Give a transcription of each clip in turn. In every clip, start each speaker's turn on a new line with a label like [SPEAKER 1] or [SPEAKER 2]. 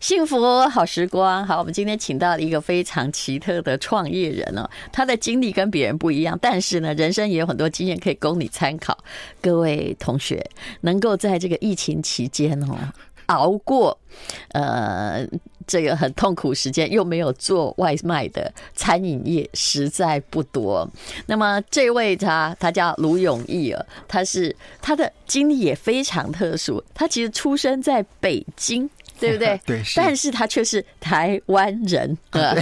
[SPEAKER 1] 幸福好时光，好，我们今天请到了一个非常奇特的创业人哦，他的经历跟别人不一样，但是呢，人生也有很多经验可以供你参考。各位同学，能够在这个疫情期间哦，熬过，呃，这个很痛苦时间，又没有做外卖的餐饮业实在不多。那么这位他他叫卢永义啊，他是他的经历也非常特殊，他其实出生在北京。对不 对？
[SPEAKER 2] 对是啊
[SPEAKER 1] 但是他却是台湾人。呃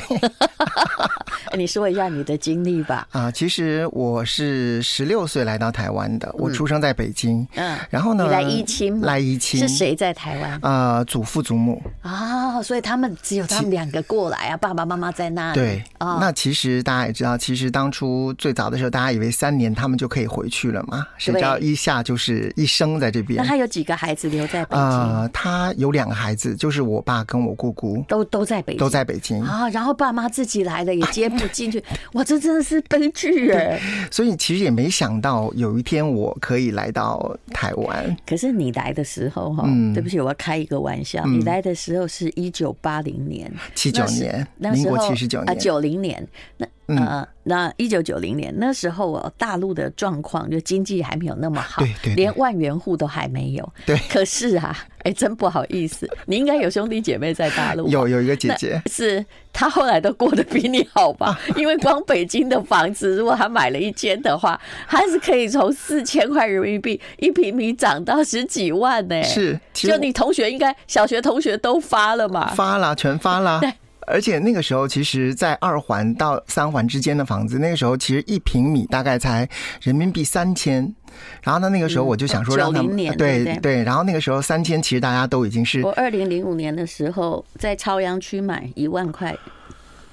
[SPEAKER 1] 你说一下你的经历吧。
[SPEAKER 2] 啊、其实我是十六岁来到台湾的，我出生在北京，
[SPEAKER 1] 嗯，
[SPEAKER 2] 然后呢，
[SPEAKER 1] 你来一亲吗
[SPEAKER 2] 来一亲
[SPEAKER 1] 是？谁在台湾
[SPEAKER 2] 啊，祖父祖母，
[SPEAKER 1] 啊、所以他们只有他们两个过来啊，爸爸妈妈在那里。
[SPEAKER 2] 对。
[SPEAKER 1] 啊、
[SPEAKER 2] 那其实大家也知道，其实当初最早的时候，大家以为三年他们就可以回去了嘛，谁知道一下就是一生在这边
[SPEAKER 1] 那。他有几个孩子留在北京？
[SPEAKER 2] 啊、他有两个孩子，就是我爸跟我姑姑
[SPEAKER 1] 都都在北京，
[SPEAKER 2] 都在北京，
[SPEAKER 1] 啊，然后爸妈自己来了也接不进 去，哇，这真的是悲剧耶！
[SPEAKER 2] 所以其实也没想到有一天我可以来到台湾。
[SPEAKER 1] 可是你来的时候哈、
[SPEAKER 2] 嗯
[SPEAKER 1] 对不起，我要开一个玩笑，你来的时候是一九八零年，
[SPEAKER 2] 七九
[SPEAKER 1] 那时
[SPEAKER 2] 年，
[SPEAKER 1] 那
[SPEAKER 2] 民
[SPEAKER 1] 时
[SPEAKER 2] 国
[SPEAKER 1] 候
[SPEAKER 2] 七十九
[SPEAKER 1] 啊，
[SPEAKER 2] 年，嗯
[SPEAKER 1] 九零年，那呃，那一九九零年那时候哦，大陆的状况就经济还没有那么好，
[SPEAKER 2] 对对对
[SPEAKER 1] 连万元户都还没有。
[SPEAKER 2] 对
[SPEAKER 1] 可是啊，哎，真不好意思，你应该有兄弟姐妹在大陆吧，
[SPEAKER 2] 有有一个姐姐，
[SPEAKER 1] 是他后来都过得比你好
[SPEAKER 2] 啊
[SPEAKER 1] 吧？因为光北京的房子，如果他买了一间的话，还是可以从四千块人民币一平米涨到十几万呢、
[SPEAKER 2] 是，其实
[SPEAKER 1] 就你同学应该小学同学都发了嘛？
[SPEAKER 2] 发啦，全发啦。而且那个时候，其实，在二环到三环之间的房子，那个时候其实一平米大概才人民币三千。然后呢，那个时候我就想说让他
[SPEAKER 1] 90
[SPEAKER 2] 们、
[SPEAKER 1] 哦年对
[SPEAKER 2] 对
[SPEAKER 1] 不对
[SPEAKER 2] 然后那个时候三千，其实大家都已经是
[SPEAKER 1] 我二零零五年的时候在朝阳区买一万块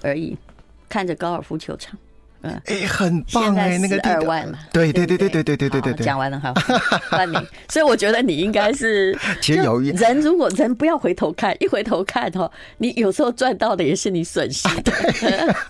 [SPEAKER 1] 而已，看着高尔夫球场，
[SPEAKER 2] 哎很
[SPEAKER 1] 现
[SPEAKER 2] 棒
[SPEAKER 1] 在
[SPEAKER 2] 哎，那个
[SPEAKER 1] 十
[SPEAKER 2] 地
[SPEAKER 1] 二
[SPEAKER 2] 段
[SPEAKER 1] 万嘛。
[SPEAKER 2] 对对
[SPEAKER 1] 对
[SPEAKER 2] 对对对
[SPEAKER 1] 不
[SPEAKER 2] 对对对对
[SPEAKER 1] 好
[SPEAKER 2] 对，
[SPEAKER 1] 讲完了哈，换你。所以我觉得你应该是，
[SPEAKER 2] 其实 有一
[SPEAKER 1] 就人如果人不要回头看，一回头看哦，你有时候赚到的也是你损
[SPEAKER 2] 啊
[SPEAKER 1] 失的。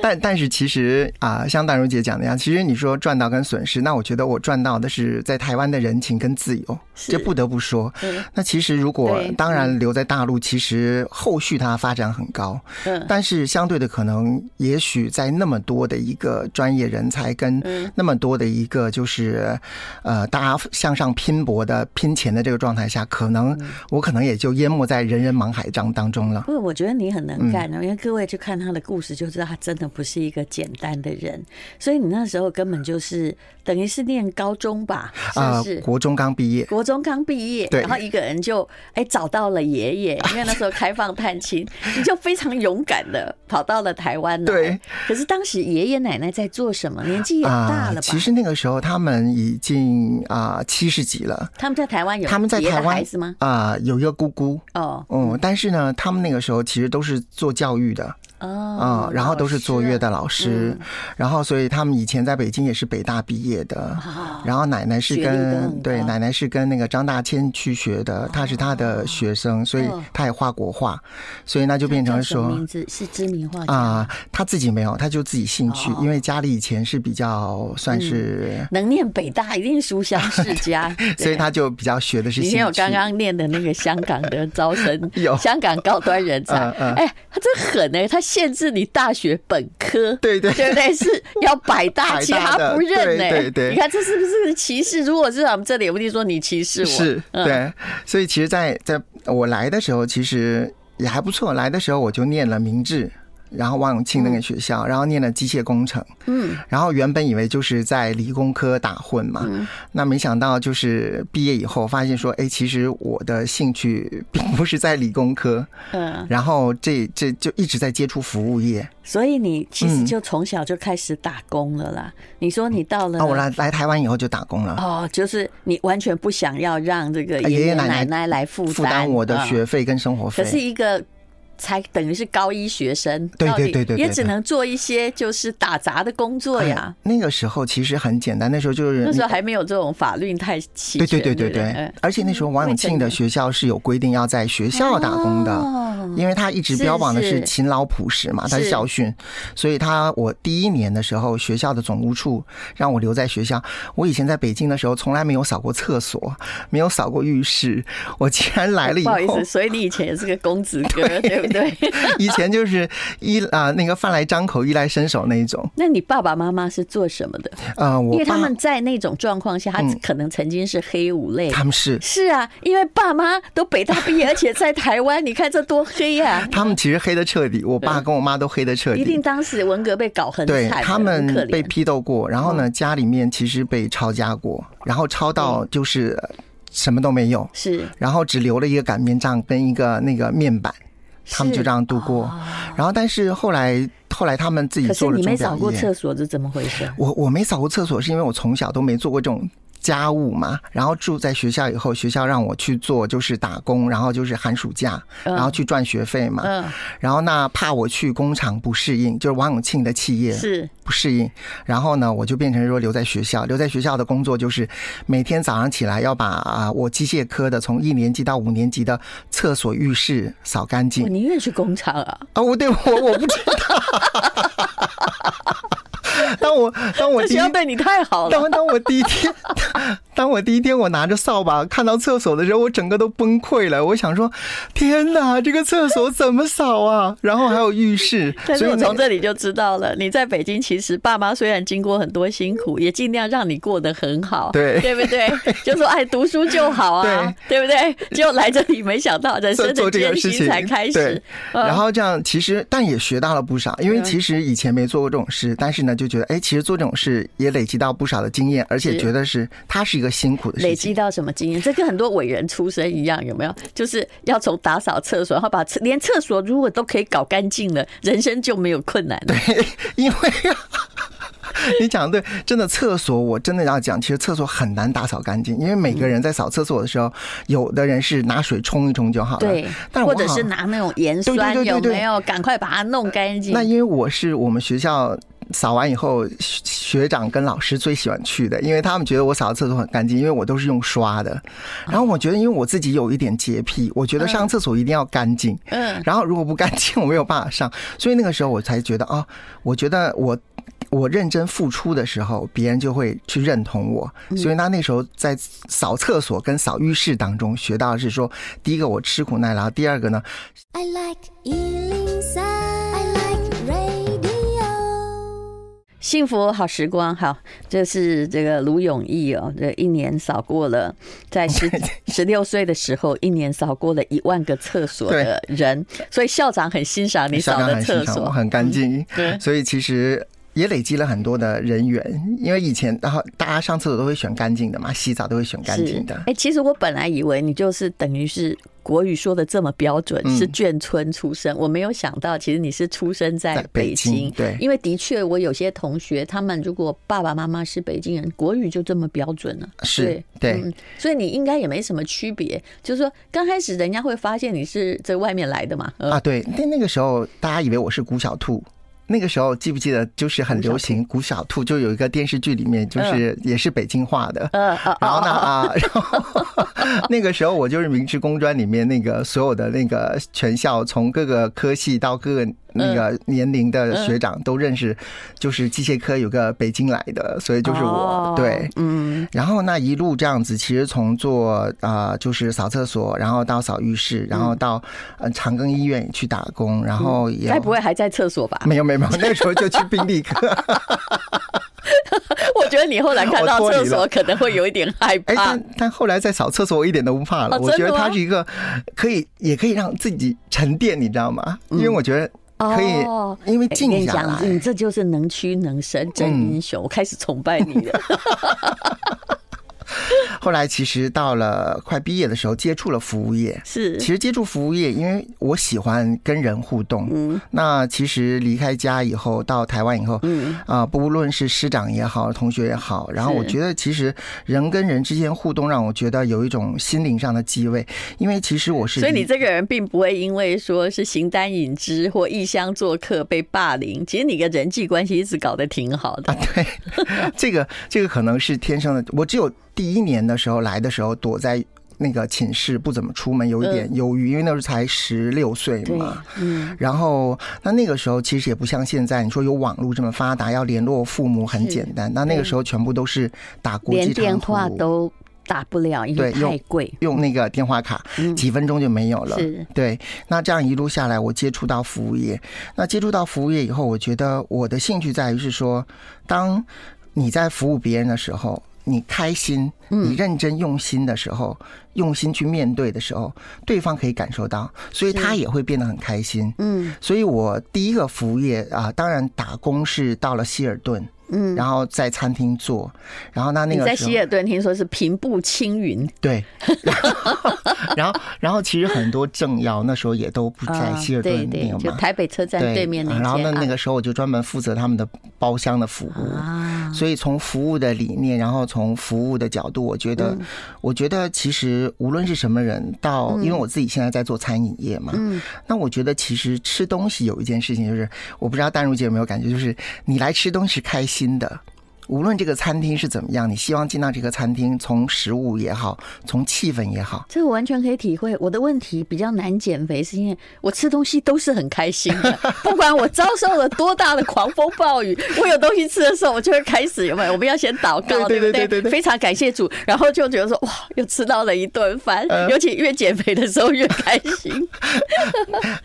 [SPEAKER 2] 但但是其实啊、像淡如姐讲的一样，其实你说赚到跟损失，那我觉得我赚到的是在台湾的人情跟自由，
[SPEAKER 1] 是
[SPEAKER 2] 这不得不说
[SPEAKER 1] 嗯。
[SPEAKER 2] 那其实如果
[SPEAKER 1] 对
[SPEAKER 2] 当然留在大陆，其实后续它发展很高，
[SPEAKER 1] 嗯
[SPEAKER 2] 但是相对的可能，也许在那么多的一个专业人才跟
[SPEAKER 1] 嗯
[SPEAKER 2] 那么多的一个就是呃大家向上拼搏的拼钱的这个状态下，可能
[SPEAKER 1] 嗯
[SPEAKER 2] 我可能也就淹没在人人茫海当当中了。
[SPEAKER 1] 不过我觉得你很能干哦，
[SPEAKER 2] 嗯
[SPEAKER 1] 因为各位去看他的故事就知道，他真的不是一个简单的人。所以你那时候根本就是等于是念高中吧，是
[SPEAKER 2] 啊、
[SPEAKER 1] 不是？
[SPEAKER 2] 国中刚毕业，
[SPEAKER 1] 国中刚毕业，
[SPEAKER 2] 对
[SPEAKER 1] 然后一个人就哎、找到了爷 爷，因为那时候开放探亲，你就非常勇敢的跑到了台湾来。
[SPEAKER 2] 对，
[SPEAKER 1] 可是当时爷爷奶奶在做什么？年纪也大了吧？
[SPEAKER 2] 啊其实那个时候他们已经啊七十几了，
[SPEAKER 1] 他们在台湾有
[SPEAKER 2] 他们在
[SPEAKER 1] 别的
[SPEAKER 2] 台湾
[SPEAKER 1] 孩子吗？
[SPEAKER 2] 啊、有一个姑姑。
[SPEAKER 1] 哦
[SPEAKER 2] 嗯，但是呢，他们那个时候其实都是做教育的啊、
[SPEAKER 1] 哦，嗯
[SPEAKER 2] 然后都是做乐的
[SPEAKER 1] 老
[SPEAKER 2] 老师，然后所以他们以前在北京也是北大毕业的，
[SPEAKER 1] 师啊。哦
[SPEAKER 2] 然后奶奶是
[SPEAKER 1] 学历都很
[SPEAKER 2] 跟
[SPEAKER 1] 高
[SPEAKER 2] 对奶奶是跟那个张大千去学的，她是他的学生，所以
[SPEAKER 1] 哦
[SPEAKER 2] 她也画国画，所以那就
[SPEAKER 1] 就
[SPEAKER 2] 变成说
[SPEAKER 1] 名字是知名画家
[SPEAKER 2] 啊、他自己没有，他就自己兴趣，
[SPEAKER 1] 哦嗯
[SPEAKER 2] 因为家里以前是比较算是，
[SPEAKER 1] 能念北大一定书香世家
[SPEAKER 2] 所以他就比较学的是
[SPEAKER 1] 你
[SPEAKER 2] 兴
[SPEAKER 1] 听我
[SPEAKER 2] 趣。，
[SPEAKER 1] 刚刚念的那个香港的招生
[SPEAKER 2] 有
[SPEAKER 1] 香港高端人才，
[SPEAKER 2] 嗯嗯
[SPEAKER 1] 哎，他真狠哎、他限制你大学本科，
[SPEAKER 2] 对对
[SPEAKER 1] 对不对？是要百大，
[SPEAKER 2] 百
[SPEAKER 1] 其
[SPEAKER 2] 大
[SPEAKER 1] 他
[SPEAKER 2] 的
[SPEAKER 1] 不认哎、
[SPEAKER 2] 对对对
[SPEAKER 1] 你看这是不是歧视？如果是我们这里，我一定说你歧视我。嗯
[SPEAKER 2] 是，对，所以其实在，在我来的时候，其实也还不错。来的时候我就念了明治，然后望永庆那个学校，然后念了机械工程，
[SPEAKER 1] 嗯，
[SPEAKER 2] 然后原本以为就是在理工科打混嘛，
[SPEAKER 1] 嗯
[SPEAKER 2] 那没想到就是毕业以后发现说，哎，其实我的兴趣并不是在理工科，
[SPEAKER 1] 嗯，
[SPEAKER 2] 然后这这就一直在接触服务业。
[SPEAKER 1] 所以你其实就从小就开始打工了啦。你说你到了
[SPEAKER 2] 那嗯啊我来来台湾以后就打工了。
[SPEAKER 1] 哦，就是你完全不想要让这个
[SPEAKER 2] 啊爷
[SPEAKER 1] 爷
[SPEAKER 2] 爷
[SPEAKER 1] 爷
[SPEAKER 2] 奶奶
[SPEAKER 1] 奶奶来负
[SPEAKER 2] 负担我的
[SPEAKER 1] 嗯
[SPEAKER 2] 学费跟生活费，
[SPEAKER 1] 可是一个才等于是高一学生，
[SPEAKER 2] 对
[SPEAKER 1] 到底
[SPEAKER 2] 对对对对
[SPEAKER 1] 也只能做一些就是打杂的工作呀。
[SPEAKER 2] 哎那个时候其实很简单，那时候就是
[SPEAKER 1] 那时候还没有这种法律太齐
[SPEAKER 2] 对
[SPEAKER 1] 全，
[SPEAKER 2] 对
[SPEAKER 1] 对
[SPEAKER 2] 对对
[SPEAKER 1] 不
[SPEAKER 2] 对
[SPEAKER 1] 嗯，
[SPEAKER 2] 而且那时候王永庆的学校是有规定要在学校打工的。
[SPEAKER 1] 哦
[SPEAKER 2] 因为他一直标榜的
[SPEAKER 1] 是
[SPEAKER 2] 是
[SPEAKER 1] 是
[SPEAKER 2] 勤劳朴实嘛，他
[SPEAKER 1] 是
[SPEAKER 2] 是校训，所以他我第一年的时候，学校的总务处让我留在学校。我以前在北京的时候，从来没有扫过厕所，没有扫过浴室。我既然来了以
[SPEAKER 1] 不好意
[SPEAKER 2] 后
[SPEAKER 1] 思，，所以你以前也是个公子哥，对不对？
[SPEAKER 2] 以前就是衣啊、那个饭来张口，衣来伸手那一种。
[SPEAKER 1] 那你爸爸妈妈是做什么的？
[SPEAKER 2] 呃，我
[SPEAKER 1] 因为他
[SPEAKER 2] 爸嗯
[SPEAKER 1] 们在那种状况下，他可能曾经是黑五类。
[SPEAKER 2] 他们是
[SPEAKER 1] 是啊，因为爸妈都北大毕业，而且在台湾，你看这多黑呀、
[SPEAKER 2] 他们其实黑的彻底，我爸跟我妈都黑的彻
[SPEAKER 1] 嗯一
[SPEAKER 2] 底
[SPEAKER 1] 定。当时文革被搞很
[SPEAKER 2] 对
[SPEAKER 1] 惨，
[SPEAKER 2] 他
[SPEAKER 1] 很可
[SPEAKER 2] 们被
[SPEAKER 1] 怜。嗯
[SPEAKER 2] 批斗过，然后呢，家里面其实被抄家过，然后抄到就是什么都没有，
[SPEAKER 1] 是
[SPEAKER 2] 然后只留了一个擀面杖跟一个那个面板，他们
[SPEAKER 1] 是啊
[SPEAKER 2] 就这样度过。然后，但是后来后来他们自己
[SPEAKER 1] 可是
[SPEAKER 2] 做了
[SPEAKER 1] 你没
[SPEAKER 2] 钟
[SPEAKER 1] 扫
[SPEAKER 2] 表
[SPEAKER 1] 过
[SPEAKER 2] 业。
[SPEAKER 1] 厕所，这怎么回事？
[SPEAKER 2] 我我没扫过厕所，是因为我从小都没做过这种家务嘛。然后住在学校以后，学校让我去做就是打工，然后就是寒暑假，然后去赚学费嘛。
[SPEAKER 1] 嗯，
[SPEAKER 2] 然后那怕我去工厂不适应，就是王永庆的企业
[SPEAKER 1] 是
[SPEAKER 2] 不适应，然后呢，我就变成说留在学校，留在学校的工作就是每天早上起来要把啊我机械科的从一年级到五年级的厕所、浴室扫干
[SPEAKER 1] 我
[SPEAKER 2] 净。
[SPEAKER 1] 宁愿去工厂啊，
[SPEAKER 2] 啊，我对我我不知 道。当我当我
[SPEAKER 1] 这
[SPEAKER 2] 第
[SPEAKER 1] 学
[SPEAKER 2] 一
[SPEAKER 1] 校对你太好了。
[SPEAKER 2] 当当我第一天，当我第一天我拿着扫把看到厕所的时候，我整个都崩溃了。我想说，天哪，这个厕所怎么扫啊？然后还有 浴室，
[SPEAKER 1] 但是
[SPEAKER 2] 所以
[SPEAKER 1] 我
[SPEAKER 2] 那
[SPEAKER 1] 从这里就知道了，你在北京其实爸妈虽然经过很多辛苦，也尽量让你过得很好，
[SPEAKER 2] 对
[SPEAKER 1] 对不 对？就说哎，读书就好啊，对不对？结果来这里，没想到人
[SPEAKER 2] 做
[SPEAKER 1] 生的
[SPEAKER 2] 做这
[SPEAKER 1] 艰
[SPEAKER 2] 件事
[SPEAKER 1] 辛
[SPEAKER 2] 情
[SPEAKER 1] 才开始
[SPEAKER 2] 对，，
[SPEAKER 1] 嗯
[SPEAKER 2] 然后这样其实但也学到了不少，因为
[SPEAKER 1] 嗯
[SPEAKER 2] 其实以前没做过这种事，但是呢就觉得哎，其实做这种事也累积到不少的经验，而且
[SPEAKER 1] 是
[SPEAKER 2] 觉得是它是一个辛苦的
[SPEAKER 1] 累
[SPEAKER 2] 事
[SPEAKER 1] 积
[SPEAKER 2] 情。
[SPEAKER 1] 到什么经验？这跟很多伟人出身一样，有没有？就是要从打扫厕所，然后把厕连厕所如果都可以搞干净了，人生就没有困难了。
[SPEAKER 2] 因为 你讲得对，真的厕所我真的要讲，其实厕所很难打扫干净，因为每个人在扫厕所的时候，有的人是拿水冲一冲就好了，但
[SPEAKER 1] 或
[SPEAKER 2] 我
[SPEAKER 1] 者
[SPEAKER 2] 好
[SPEAKER 1] 是拿那种盐
[SPEAKER 2] 对对
[SPEAKER 1] 酸，
[SPEAKER 2] 对对
[SPEAKER 1] 有
[SPEAKER 2] 对
[SPEAKER 1] 没有？赶快把它弄干净。
[SPEAKER 2] 那因为我是我们学校。扫完以后，学学长跟老师最喜欢去的，因为他们觉得我扫的厕所很干净，因为我都是用刷的。然后我觉得，因为我自己有一点洁癖，我觉得上厕所一定要干净。
[SPEAKER 1] 嗯，
[SPEAKER 2] 然后如果不干净， 我没有办法上，所以那个时候我才觉得啊，我觉得我我认真付出的时候，别人就会去认同我。
[SPEAKER 1] 嗯
[SPEAKER 2] 所以他那时候在扫厕所跟扫浴室当中学到的是说，第一个我吃苦耐劳，第二个呢，
[SPEAKER 3] I like Ealing Sound. I like radio.
[SPEAKER 1] 幸福好时光，好，这是这个卢永义哦，这一年扫过了，在 十十六岁的时候，一年扫过了一万个厕所的人，所以校长很欣赏你
[SPEAKER 2] 香
[SPEAKER 1] 扫
[SPEAKER 2] 港
[SPEAKER 1] 的
[SPEAKER 2] 很
[SPEAKER 1] 厕
[SPEAKER 2] 欣赏我
[SPEAKER 1] 所，嗯
[SPEAKER 2] 很干净。
[SPEAKER 1] 对，
[SPEAKER 2] 所以其实也累积了很多的人员，因为以前然后大家上厕所都会选干净的嘛，洗澡都会选干
[SPEAKER 1] 是
[SPEAKER 2] 净的
[SPEAKER 1] 哎、。其实我本来以为你就是等于是国语说的这么标准，
[SPEAKER 2] 嗯
[SPEAKER 1] 是眷村出身，我没有想到其实你是出生在
[SPEAKER 2] 在
[SPEAKER 1] 北
[SPEAKER 2] 北京
[SPEAKER 1] 京，
[SPEAKER 2] 对
[SPEAKER 1] 因为的确我有些同学，他们如果爸爸妈妈是北京人，国语就这么标准了，
[SPEAKER 2] 是对
[SPEAKER 1] 嗯，所以你应该也没什么区别，就是说刚开始人家会发现你是在外面来的嘛，呃
[SPEAKER 2] 啊，对，那那个时候大家以为我是古小兔。那个时候记不记得，就是很流行“古小兔”，嗯就有一个电视剧里面，就是也是北京话的。
[SPEAKER 1] 呃呃
[SPEAKER 2] 然后呢啊，然后 那个时候我就是明职工专里面那个所有的那个全校，从各个科系到各个那个年龄的学长都认识，就是机械科有个北京来的，所以就是我
[SPEAKER 1] 哦。
[SPEAKER 2] 对，
[SPEAKER 1] 嗯，
[SPEAKER 2] 然后那一路这样子，其实从做啊、呃就是扫厕所，然后到扫浴室，然后到呃长庚医院去打工，然后也
[SPEAKER 1] 嗯该不会还在厕所吧？
[SPEAKER 2] 没有没有没有， 那个时候就去病历科。
[SPEAKER 1] 我觉得你后来看到
[SPEAKER 2] 我脱离
[SPEAKER 1] 厕
[SPEAKER 2] 了
[SPEAKER 1] 所可能会有一点害
[SPEAKER 2] 哎，
[SPEAKER 1] 怕。
[SPEAKER 2] 但但后来在扫厕所，我一点都不怕了。
[SPEAKER 1] 哦
[SPEAKER 2] 我
[SPEAKER 1] 真
[SPEAKER 2] 觉
[SPEAKER 1] 的
[SPEAKER 2] 得它
[SPEAKER 1] 吗
[SPEAKER 2] 是一个可以，也可以让自己沉淀，你知道吗？因为我觉得可以，
[SPEAKER 1] 嗯哦
[SPEAKER 2] 因为
[SPEAKER 1] 哎跟
[SPEAKER 2] 静
[SPEAKER 1] 你
[SPEAKER 2] 下来嗯
[SPEAKER 1] 讲，，你这就是能屈能伸，真英雄！我开始崇拜你 了。
[SPEAKER 2] 后来其实到了快毕业的时候，接触了服务业。
[SPEAKER 1] 是
[SPEAKER 2] 其实接触服务业，因为我喜欢跟人互动。嗯，那其实离开家以后，到台湾以后，嗯啊、不论是师长也好，同学也好，然后
[SPEAKER 1] 是
[SPEAKER 2] 我觉得其实人跟人之间互动，让我觉得有一种心灵上的机慰。因为其实我是一，
[SPEAKER 1] 所以你这个人并不会因为说是形单影只或异乡做客被霸凌，其实你的人际关系一直搞得挺好的。
[SPEAKER 2] 啊，对，这个这个可能是天生的。我只有第一年的时候来的时候，躲在那个寝室，不怎么出门，有一点忧郁，因为那时候才十六岁
[SPEAKER 1] 嗯对
[SPEAKER 2] 嘛。，
[SPEAKER 1] 嗯，
[SPEAKER 2] 然后，那那个时候其实也不像现在，你说有网络这么发达，要联络父母很
[SPEAKER 1] 是
[SPEAKER 2] 简单。那那个时候全部都是打国
[SPEAKER 1] 连
[SPEAKER 2] 际长
[SPEAKER 1] 电
[SPEAKER 2] 途，
[SPEAKER 1] 话都打不了，因为
[SPEAKER 2] 对用
[SPEAKER 1] 太贵。
[SPEAKER 2] 用那个电话卡，
[SPEAKER 1] 嗯，
[SPEAKER 2] 几分钟就没有了。
[SPEAKER 1] 是，
[SPEAKER 2] 对，那这样一路下来，我接触到服务业。那接触到服务业以后，我觉得我的兴趣在于是说，当你在服务别人的时候，你开心，
[SPEAKER 1] 嗯
[SPEAKER 2] 你认真用心的时候，用心去面对的时候，对方可以感受到，所以他也会变得很开心。
[SPEAKER 1] 嗯
[SPEAKER 2] 所以我第一个服务业啊、当然打工是到了希尔顿，
[SPEAKER 1] 嗯。
[SPEAKER 2] 然后在餐厅做，然后那那
[SPEAKER 1] 你
[SPEAKER 2] 个
[SPEAKER 1] 在
[SPEAKER 2] 时候
[SPEAKER 1] 希尔顿听说是平步青云，
[SPEAKER 2] 对，然后然后然后其实很多政要那时候也都不在
[SPEAKER 1] 啊
[SPEAKER 2] 希尔顿
[SPEAKER 1] 对
[SPEAKER 2] 那
[SPEAKER 1] 对，
[SPEAKER 2] 个
[SPEAKER 1] 就
[SPEAKER 2] 嘛，
[SPEAKER 1] 台北车站对面那
[SPEAKER 2] 然后
[SPEAKER 1] 间
[SPEAKER 2] 那那
[SPEAKER 1] 啊
[SPEAKER 2] 个时候我就专门负责他们的包厢的服务。
[SPEAKER 1] 啊，
[SPEAKER 2] 所以从服务的理念，然后从服务的角度，我觉得，我觉得其实无论是什么人，到因为我自己现在在做餐饮业嘛，那我觉得其实吃东西有一件事情，就是我不知道淡如姐有没有感觉，就是你来吃东西是开心的。无论这个餐厅是怎么样，你希望进到这个餐厅，从食物也好，从气氛也好，
[SPEAKER 1] 这个完全可以体会。我的问题比较难减肥，是因为我吃东西都是很开心的， 不管我遭受了多大的狂风暴雨，我有东西吃的时候，我就会开始有没有？我们要先祷告，
[SPEAKER 2] 对对对
[SPEAKER 1] 不
[SPEAKER 2] 对对对
[SPEAKER 1] 非常感谢主，然后就觉得说哇，又吃到了一顿饭，
[SPEAKER 2] 嗯
[SPEAKER 1] 尤其越减肥的时候越开 心。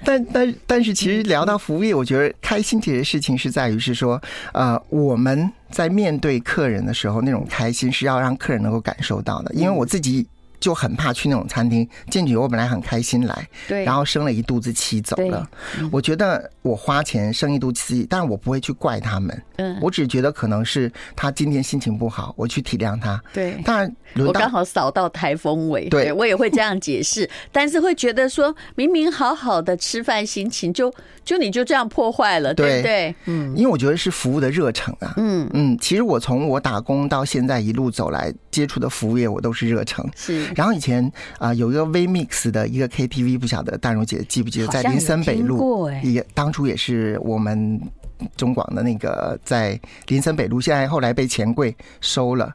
[SPEAKER 2] 但但但是，其实聊到服务业，我觉得开心这些事情是在于是说，呃，我们在面对客人的时候，那种开心是要让客人能够感受到的。因
[SPEAKER 1] 嗯
[SPEAKER 2] 为我自己就很怕去那种餐厅，进去我本来很开心来，
[SPEAKER 1] 对嗯
[SPEAKER 2] 然后生了一肚子气走了。我觉得我花钱生一肚子气，但我不会去怪他们，
[SPEAKER 1] 嗯，
[SPEAKER 2] 我只觉得可能是他今天心情不好，我去体谅他。
[SPEAKER 1] 对。
[SPEAKER 2] 当然，轮
[SPEAKER 1] 我
[SPEAKER 2] 到
[SPEAKER 1] 刚好扫到台风尾，
[SPEAKER 2] 对
[SPEAKER 1] 我也会这样解释， 但是会觉得说，明明好好的吃饭心情，就就你就这样破坏了，对
[SPEAKER 2] 对
[SPEAKER 1] 不对？嗯
[SPEAKER 2] 因为我觉得是服务的热忱啊。
[SPEAKER 1] 嗯，
[SPEAKER 2] 嗯，其实我从我打工到现在一路走来，接触的服务业我都是热忱。
[SPEAKER 1] 是
[SPEAKER 2] 然后以前啊、有一个 V Mix 的一个 KTV，不晓得淡如姐记不记得，
[SPEAKER 1] 好
[SPEAKER 2] 在
[SPEAKER 1] 像
[SPEAKER 2] 林
[SPEAKER 1] 有
[SPEAKER 2] 森北
[SPEAKER 1] 听
[SPEAKER 2] 路
[SPEAKER 1] 过哎，
[SPEAKER 2] 也当初也是我们中广的那个在林森北路，现在后来被钱柜收了。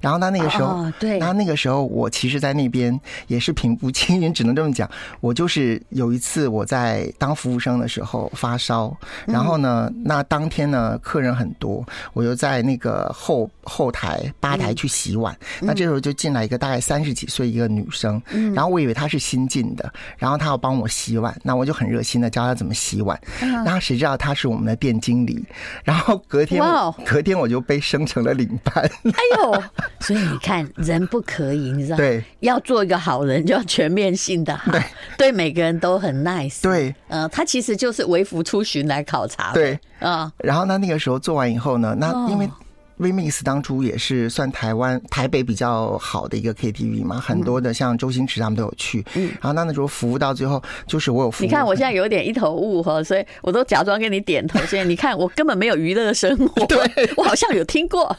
[SPEAKER 2] 然后他那个时候，
[SPEAKER 1] 哦对
[SPEAKER 2] 然后那个时候我其实，在那边也是平步青云，只能这么讲。我就是有一次我在当服务生的时候发烧，
[SPEAKER 1] 嗯
[SPEAKER 2] 然后呢，那当天呢客人很多，我又在那个后后台吧台去洗碗。
[SPEAKER 1] 嗯
[SPEAKER 2] 那这时候就进来一个大概三十几岁一个女生，然后我以为她是新进的，然后她要帮我洗碗，那我就很热心的教她怎么洗碗。
[SPEAKER 1] 嗯
[SPEAKER 2] 那谁知道她是我们的店经理， 然后隔天
[SPEAKER 1] 哇哦
[SPEAKER 2] 隔天我就被升成了领班。
[SPEAKER 1] 哎呦， 所以你看，人不可以，你知道，
[SPEAKER 2] 对
[SPEAKER 1] 要做一个好人，就要全面性的好，对，每个人都很 nice。，
[SPEAKER 2] 对。
[SPEAKER 1] 呃，他其实就是微服出巡来考察的，
[SPEAKER 2] 对，
[SPEAKER 1] 啊、
[SPEAKER 2] 然后那那个时候做完以后呢，那因为
[SPEAKER 1] 哦
[SPEAKER 2] Remix 当初也是算台湾台北比较好的一个 KTV
[SPEAKER 1] 嗯
[SPEAKER 2] 嘛，很多的像周星驰他们都有去。然后那那时候服务到最后，就是我有服务，
[SPEAKER 1] 你看我现在有点一头雾哈，所以我都假装跟你点头。现在你看我根本没有娱乐生 活，对我好像有听过，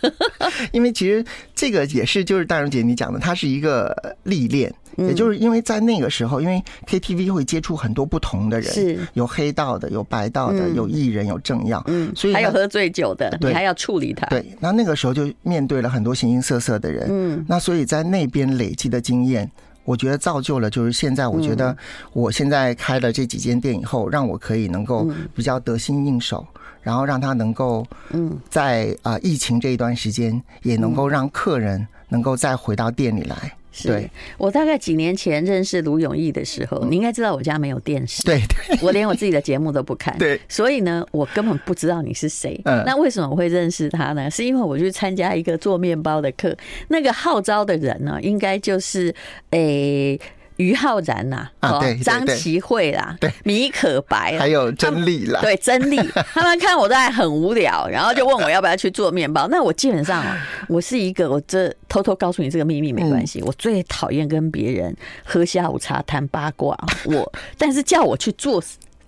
[SPEAKER 2] 因为其实这个也是就是大荣姐你讲的，它是一个历练。
[SPEAKER 1] 嗯
[SPEAKER 2] 也就是因为在那个时候，因为 KTV 会接触很多不同的人，
[SPEAKER 1] 是嗯
[SPEAKER 2] 有黑道的，有白道的，有艺人，有政要，嗯，所以
[SPEAKER 1] 还有
[SPEAKER 2] 呢
[SPEAKER 1] 喝醉酒的，
[SPEAKER 2] 对
[SPEAKER 1] 你还要处理他，
[SPEAKER 2] 对，那那个时候就面对了很多形形色色的人，嗯，那所以在那边累积的经验。我觉得造就了，就是现在，我觉
[SPEAKER 1] 嗯
[SPEAKER 2] 得我现在开了这几间店以后，让我可以能够
[SPEAKER 1] 嗯
[SPEAKER 2] 比较得心应手，然后让他能够，嗯，在啊、呃疫情这一段时间，也能够让客人能够再回到店里来。
[SPEAKER 1] 是
[SPEAKER 2] 对嗯
[SPEAKER 1] 我大概几年前认识卢永义的时候，你应该知道我家没有电视，
[SPEAKER 2] 对对
[SPEAKER 1] 我连我自己的节目都不看，
[SPEAKER 2] 对
[SPEAKER 1] 所以呢，我根本不知道你是谁。
[SPEAKER 2] 嗯
[SPEAKER 1] 那为什么我会认识他呢？是因为我去参加一个做面包的课，那个号召的人呢，应该就是诶。于浩然呐、
[SPEAKER 2] 啊对对
[SPEAKER 1] 张
[SPEAKER 2] 对
[SPEAKER 1] 琪慧啦，
[SPEAKER 2] 对
[SPEAKER 1] 米可白啦，
[SPEAKER 2] 还有真理啦，
[SPEAKER 1] 对，真 力，哎他们看我在很无聊，然后就问我要不要去做面包。那我基本上啊，我是一个，我这偷偷告诉你这个秘密没关系，
[SPEAKER 2] 嗯
[SPEAKER 1] 我最讨厌跟别人喝下午茶谈八卦。我， 但是叫我去做。